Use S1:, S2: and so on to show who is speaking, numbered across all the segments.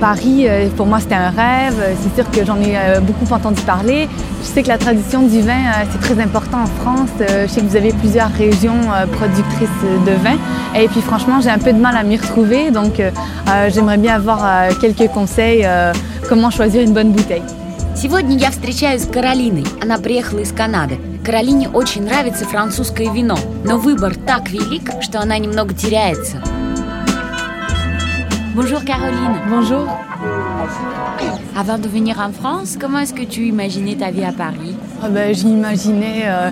S1: Paris, euh, pour moi, c'était un rêve. C'est sûr que j'en ai euh, beaucoup entendu parler. Je sais que la tradition du vin, euh, c'est très important en France. Euh, je sais que vous avez plusieurs régions euh, productrices de vin. Et puis, franchement, j'ai un peu de mal à m'y retrouver. Donc, euh, euh, j'aimerais bien avoir euh, quelques conseils euh, comment choisir une bonne bouteille.
S2: Сегодня я встречаюсь с Каролиной. Она приехала из Канады. Каролине очень нравится французское вино, но выбор так велик, что она немного теряется. Bonjour Caroline.
S1: Bonjour.
S2: Avant de venir en France, comment est-ce que tu imaginais ta vie à Paris
S1: Ah ben, J'imaginais euh,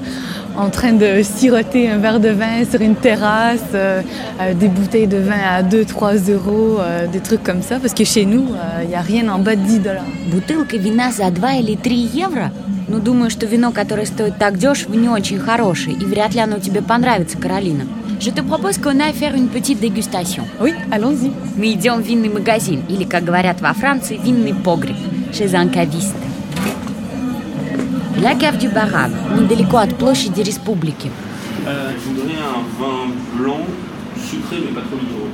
S1: en train de siroter un verre de vin sur une terrasse, euh, euh, des bouteilles de vin à 2-3 euros, euh, des trucs comme ça, parce que chez nous, il n'y a rien en bas de 10 dollars.
S2: Бутылка вина за 2 или 3 евро? Ну, думаю, что вино, которое стоит так дешево, не очень хорошее, и вряд ли оно тебе понравится, Каролина. Je te propose qu'on aille faire une petite dégustation.
S1: Oui, allons-y.
S2: Мы идем в винный магазин, или, как говорят во Франции, винный погреб. Chez un caviste. La cave du Barab, недалеко от площади республики.
S3: Euh, je voudrais un vin blanc, sucré mais pas trop liquoreux.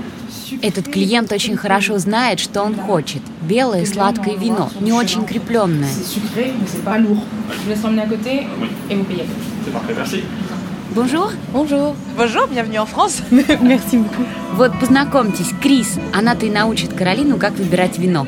S2: Этот клиент очень хорошо знает, что он хочет. Белое сладкое вино, не очень крепленное.
S4: C'est sucré, mais c'est pas lourd. Je vous laisse emmener à côté
S3: Oui.
S4: et vous payez.
S3: C'est parfait, merci.
S2: Bonjour.
S1: Bonjour.
S5: Bonjour, bienvenue en France.
S1: Merci beaucoup.
S2: Вот познакомьтесь, Крис. Она-то и научит Каролину, как выбирать вино.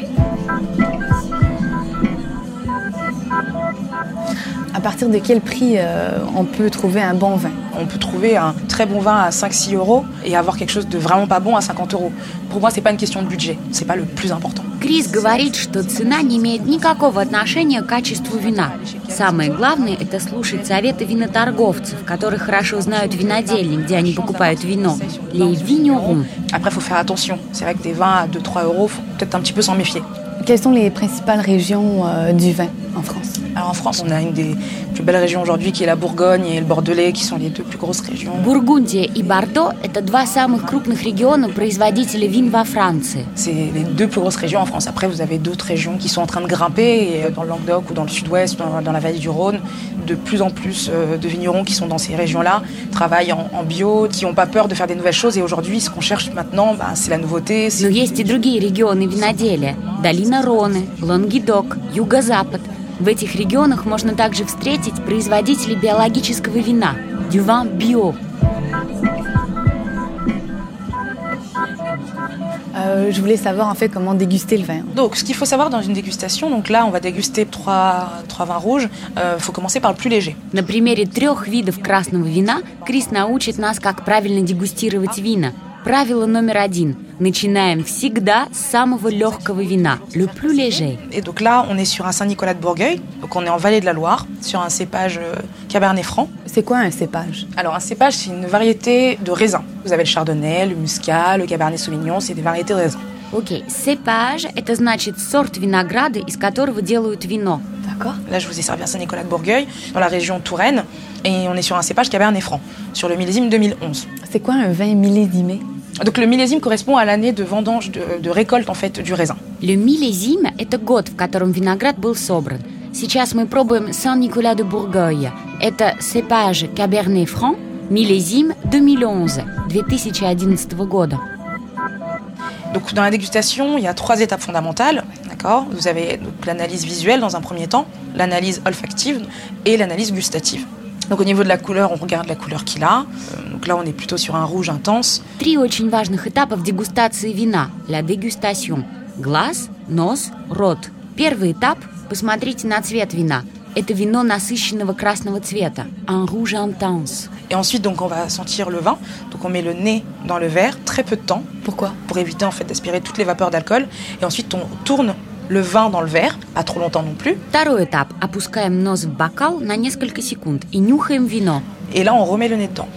S1: À partir de quel prix euh, on peut trouver un bon vin
S5: On peut trouver un très bon vin à 5-6 euros et avoir quelque chose de vraiment pas bon à 50 euros. Pour moi, c'est pas une question de budget, c'est pas le plus important.
S2: Крис говорит, что цена не имеет никакого отношения к качеству вина. Самое главное – это слушать советы виноторговцев, которые хорошо знают винодельни, где они покупают вино. Les vignerons.
S5: Après, faut faire attention. C'est vrai que des vins à 2-3 euros, faut peut-être un petit peu s'en méfier.
S1: Quelles sont les principales régions euh, du vin en France
S5: Alors en France, on a une des plus belles régions aujourd'hui qui est la Bourgogne et le Bordelais qui sont les deux plus grosses régions.
S2: Бургундия и Бордо – это два самых крупных региона производителя вин во Франции.
S5: C'est les deux plus grosses régions en France. Après, vous avez d'autres régions qui sont en train de grimper, et euh, dans le Languedoc ou dans le sud-ouest, dans, dans la vallée du Rhône. De plus en plus euh, de vignerons qui sont dans ces régions-là travaillent en, en bio, qui n'ont pas peur de faire des nouvelles choses. Et aujourd'hui, ce qu'on cherche maintenant, bah, c'est la nouveauté.
S2: Но
S5: c'est-
S2: есть и другие регионы виноделия – долина Роны, Лонгедок, Юго-Запад. В этих регионах можно также встретить производителей биологического вина – Дюван Био.
S1: Euh, Je voulais savoir en fait comment déguster le vin.
S5: Donc, ce qu'il faut savoir dans une dégustation, donc là, on va déguster trois, trois vins rouges. Il faut commencer par le plus léger.
S2: На примере трех видов красного вина Крис научит нас, как правильно дегустировать вина. Правило номер один. Начинаем всегда с самого легкого вина. Люблю лежей.
S5: Et donc là, on est sur un Saint-Nicolas de Bourgueil. Donc, on est en vallée de la Loire, sur un cépage euh, Cabernet Franc.
S1: C'est quoi un cépage
S5: Alors un cépage, c'est une variété de raisin. Vous avez le chardonnay, le muscat, le cabernet sauvignon, c'est des variétés de raisin.
S2: Окей, сепаж – это значит сорт винограда, из которого делают вино.
S1: D'accord.
S5: Là, je vous ai servi un Saint-Nicolas de Bourgueil, dans la région Touraine, et on est sur un cépage cabernet franc, sur le millésime 2011.
S1: C'est quoi un vin millésimé
S5: Donc le millésime correspond à l'année de vendange, de, de récolte en fait du raisin.
S2: Le millésime – это год, в котором виноград был собран. Сейчас мы пробуем Сан-Николя де Бургойя. Это сепаж Каберне Фран, миллезим 2011, 2011 года.
S5: Donc dans la dégustation, il y a trois étapes fondamentales, d'accord Vous avez donc, l'analyse visuelle dans un premier temps, l'analyse olfactive et l'analyse gustative. Donc au niveau de la couleur, on regarde la couleur qu'il a. Euh, Donc là, on est plutôt sur un rouge intense.
S2: Три очень важных этапа в дегустации вина «La dégustation» – глаз, нос, рот. Первый этап – посмотрите на цвет вина. Это вино насыщенного красного цвета – un rouge intense.
S5: Et ensuite, donc, on va sentir le vin. Donc, on met le nez dans le verre, très peu de temps,
S1: Pourquoi
S5: pour éviter en fait d'aspirer toutes les vapeurs d'alcool. Et ensuite, on tourne le vin dans le verre, pas trop longtemps non plus.
S2: Второй этап – опускаем нос в бокал на несколько секунд и нюхаем вино.
S5: Et là, on remet le nez dedans.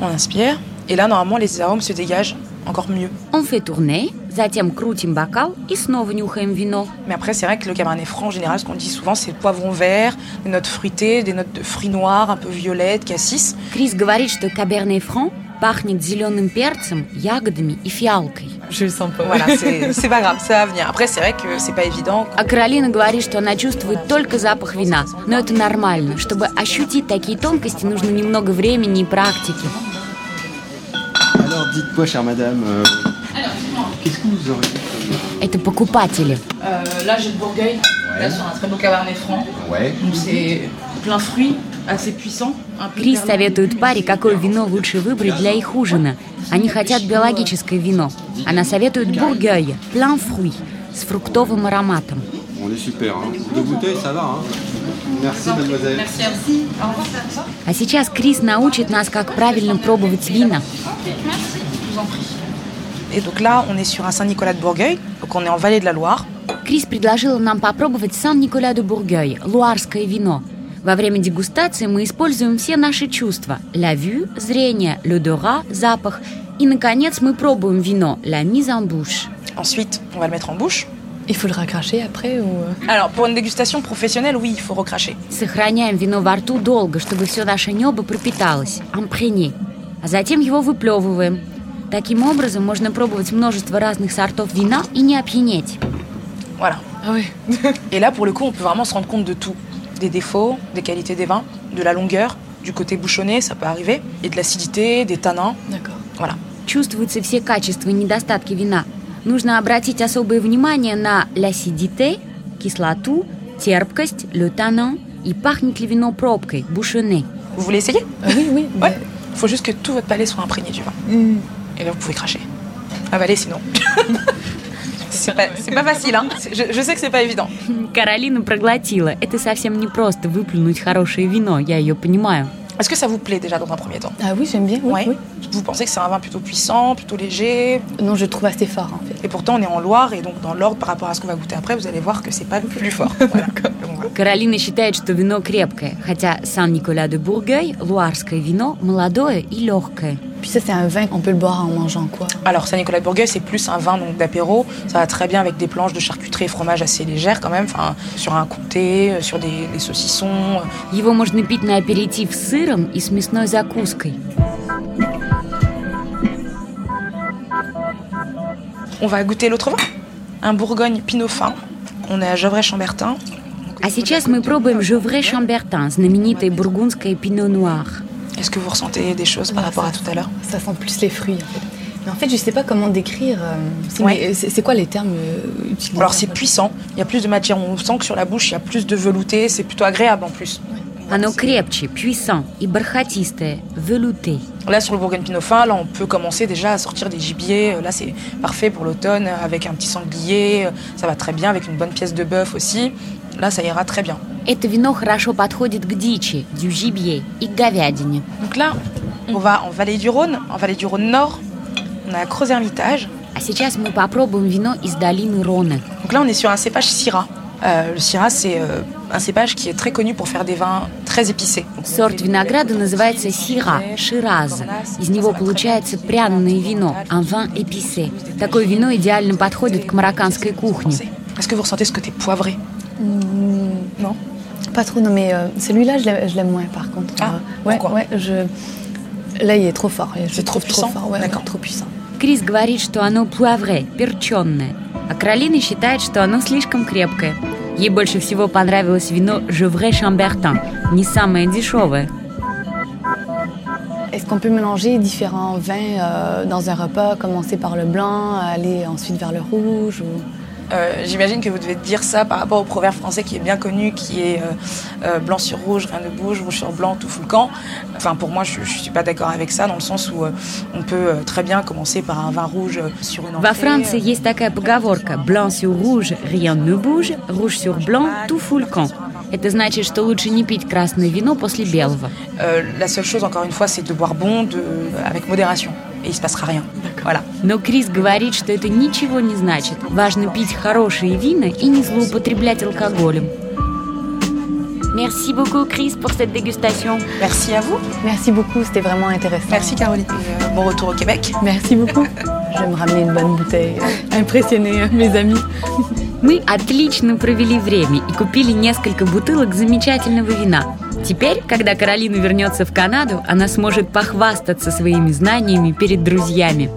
S5: On inspire. Et là, normalement, les arômes se dégagent encore mieux.
S2: On fait tourner, затем крутим бокал и снова нюхаем вино.
S5: Mais après, c'est vrai que le cabernet franc, en général, ce qu'on dit souvent, c'est poivron vert, des notes fruitées, des notes de fruits noirs, un peu violettes, cassis.
S2: Крис говорит, что Каберне Фран – Пахнет зеленым перцем, ягодами и фиалкой.
S4: Je le sens pas.
S5: Voilà, c'est c'est pas grave, ça va venir. Après, c'est vrai que c'est pas évident.
S2: А Каролина говорит, что она чувствует только запах вина. Но это нормально. Чтобы ощутить такие тонкости, нужно немного времени и практики.
S6: Alors dites-moi, chère madame, euh, qu'est-ce que vous auriez comme...
S2: Это покупатели.
S4: Euh, là, j'ai le Bourgueil. Là, sur un très beau cabernet franc.
S6: Ouais.
S4: Donc, c'est plein fruits, assez puissant. Un peu
S2: Крис
S4: perlé.
S2: советует паре, какое вино лучше выбрать для их ужина. Они хотят биологическое вино. Она советует бургёй, планфруй, с фруктовым ароматом.
S6: On est super, hein. Deux bouteilles, ça va, hein. Merci, mademoiselle.
S2: А сейчас Крис научит нас, как правильно пробовать вина.
S5: Et donc là, on est sur un Saint-Nicolas de Bourgueil, donc on est en vallée de la Loire.
S2: Крис предложила нам попробовать Сан-Николя де Бургёй, луарское вино. Во время дегустации мы используем все наши чувства. La vue – зрение, le dora – запах. И, наконец, мы пробуем вино La mise en bouche.
S5: Ensuite, on va le mettre en bouche.
S1: Il faut le recracher après ou... euh,
S5: Alors, pour une dégustation professionnelle, oui, il faut recracher.
S2: Сохраняем вино во рту долго, чтобы все наше небо пропиталось, ампрени, а затем его выплевываем. Таким образом можно пробовать множество разных сортов вина и не опьянеть.
S5: Voilà.
S4: Ah ouais.
S5: Et là, pour le coup, on peut vraiment se rendre compte de tout. Des défauts, des qualités des vins, de la longueur, du côté bouchonné, ça peut arriver, et de l'acidité, des tanins.
S4: D'accord.
S5: Voilà.
S2: Чувствуются все качества и недостатки вина. Нужно обратить особое внимание на l'acidité, кислоту, терпкость, le tannin и пахнет ли вино пробкой, бушены.
S5: Vous voulez essayer
S1: Euh, Oui, oui. mais-
S5: Ouais. Il faut juste que tout votre palais soit imprégné du vin.
S1: Mm.
S5: Et là, vous pouvez cracher. Avaler sinon. c'est pas, c'est pas facile, hein. C'est- Je, je sais que c'est pas évident.
S2: Каролина проглотила. Это совсем не просто выплюнуть хорошее вино, я ее понимаю.
S5: Est-ce que ça vous plaît déjà dans un premier temps
S1: Ah oui, j'aime bien. Oui,
S5: Ouais.
S1: oui.
S5: Vous pensez que c'est un vin plutôt puissant, plutôt léger
S1: Non, je le trouve assez fort en fait.
S5: Et pourtant, on est en Loire, et donc dans l'ordre par rapport à ce qu'on va goûter après, vous allez voir que c'est pas plus fort. Voilà. Donc, voilà.
S2: Каролина считает, что вино крепкое, хотя Сан-Николя де Бургей, луарское вино, молодое и легкое.
S1: Puis ça, c'est un vin qu'on peut le boire en mangeant quoi.
S5: Alors, Saint-Nicolas de Bourgueil, c'est plus un vin donc, d'apéro. Ça va très bien avec des planches de charcuterie et fromage assez légères quand même, enfin, sur un comté, euh, sur des, des saucissons.
S2: Его можно пить на аперитив с сыром и с мясной закуской.
S5: On va goûter l'autre vin, un Bourgogne Pinot fin. On est à Gevrey-Chambertin.
S2: А сейчас мы пробуем Жевре Шамбертан, знаменитое бургундское пино нуар.
S5: Est-ce que vous ressentez des choses par rapport à tout à l'heure
S1: Ça sent plus les fruits en fait. Mais en fait, je sais pas comment décrire. euh, c'est-
S5: Ouais.
S1: mais C'est c'est quoi les termes euh, utilisés
S5: Alors, c'est puissant, il y a plus de matière. On sent que sur la bouche, il y a plus de velouté. C'est plutôt agréable en plus.
S2: Оно крепче, пьюсан и бархатистое, велюте.
S5: Là, sur le Bourgogne Pinot fin, là, on peut commencer déjà à sortir des gibiers. Là, c'est parfait pour l'automne avec un petit sanglier. Ça va très bien avec une bonne pièce de bœuf aussi. Là, ça ira très bien.
S2: Это вино хорошо подходит к дичи, дюжибье и к говядине.
S5: Donc là, on va en vallée du Rhône, en vallée du Rhône Nord. On a Creuse Hermitage.
S2: А сейчас мы попробуем вино из долины Роны.
S5: Donc là, on est sur un cépage Syrah. Euh, le Syrah, c'est euh, un cépage qui est très connu pour faire des vins très épicés. Donc, on
S2: Сорт
S5: fait
S2: винограда
S5: des-
S2: называется сира, шираза. Из него получается пряное вино, анван эписе. Такое вино идеально подходит к марокканской кухне.
S5: Est-ce que vous ressentez ce côté poivré Non
S1: Pas trop, non, mais euh, celui-là, je l'aime je l'aime moins par contre.
S5: Ah,
S1: Euh, ouais,
S5: pourquoi
S1: ouais, je... Là, il est trop fort. Je le
S5: C'est trop
S1: trouve
S5: puissant
S1: fort, ouais, ouais,
S5: D'accord.
S1: trop puissant.
S2: Крис говорит, что оно пуавре, перченное. А Каролина считает, что оно слишком крепкое. Ей больше всего понравилось вино Жевре Шамбертан, не самое дешевое.
S1: Est-ce qu'on peut mélanger différents vins euh, dans un repas, commencer par le blanc, aller ensuite vers le rouge ou...
S5: Euh, J'imagine que vous devez dire ça par rapport au proverbe français qui est bien connu, qui est euh, euh, blanc sur rouge, rien ne bouge, rouge sur blanc, tout fout le camp. Enfin, pour moi, je, je suis pas d'accord avec ça, dans le sens où euh, on peut euh, très bien commencer par un vin rouge euh, sur une
S2: Во
S5: entrée.
S2: Франции есть такая поговорка «Blanc sur rouge, rien ne bouge, rouge sur blanc, tout fout le camp». Это значит, что лучше не пить красное вино после белого.
S5: Euh, la seule chose, encore une fois, c'est de boire bon, de, avec modération, et il se passera rien. Voilà.
S2: Но Крис говорит, что это ничего не значит. Важно пить хорошие вина и не злоупотреблять алкоголем. Merci beaucoup, Chris, pour cette dégustation.
S5: Merci à vous.
S1: Merci beaucoup, c'était vraiment intéressant.
S5: Merci Caroline. Et, euh, bon retour au Québec.
S1: Merci beaucoup. je vais me ramener une bonne bouteille. Impressionner euh, mes amis.
S2: Мы отлично провели время и купили несколько бутылок замечательного вина. Теперь, когда Каролина вернется в Канаду, она сможет похвастаться своими знаниями перед друзьями.